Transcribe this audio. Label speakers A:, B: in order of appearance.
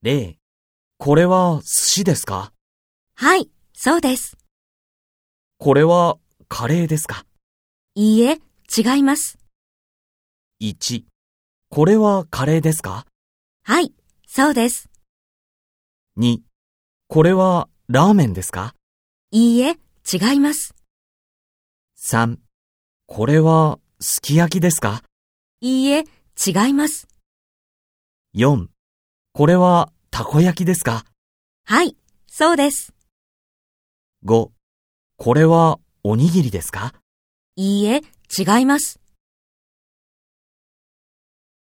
A: 例、これは寿司ですか
B: はい、そうです。
A: これはカレーですか
B: いいえ、違います。
A: ?1、これはカレーですか
B: はい、そうです。
A: ?2、これはラーメンですか
B: いいえ、違います。
A: ?3、これはすき焼きですか
B: いいえ、違います。
A: ?4、これはたこ焼きですか
B: はい、そうです。
A: ?5、これはおにぎりですか
B: いいえ、違います。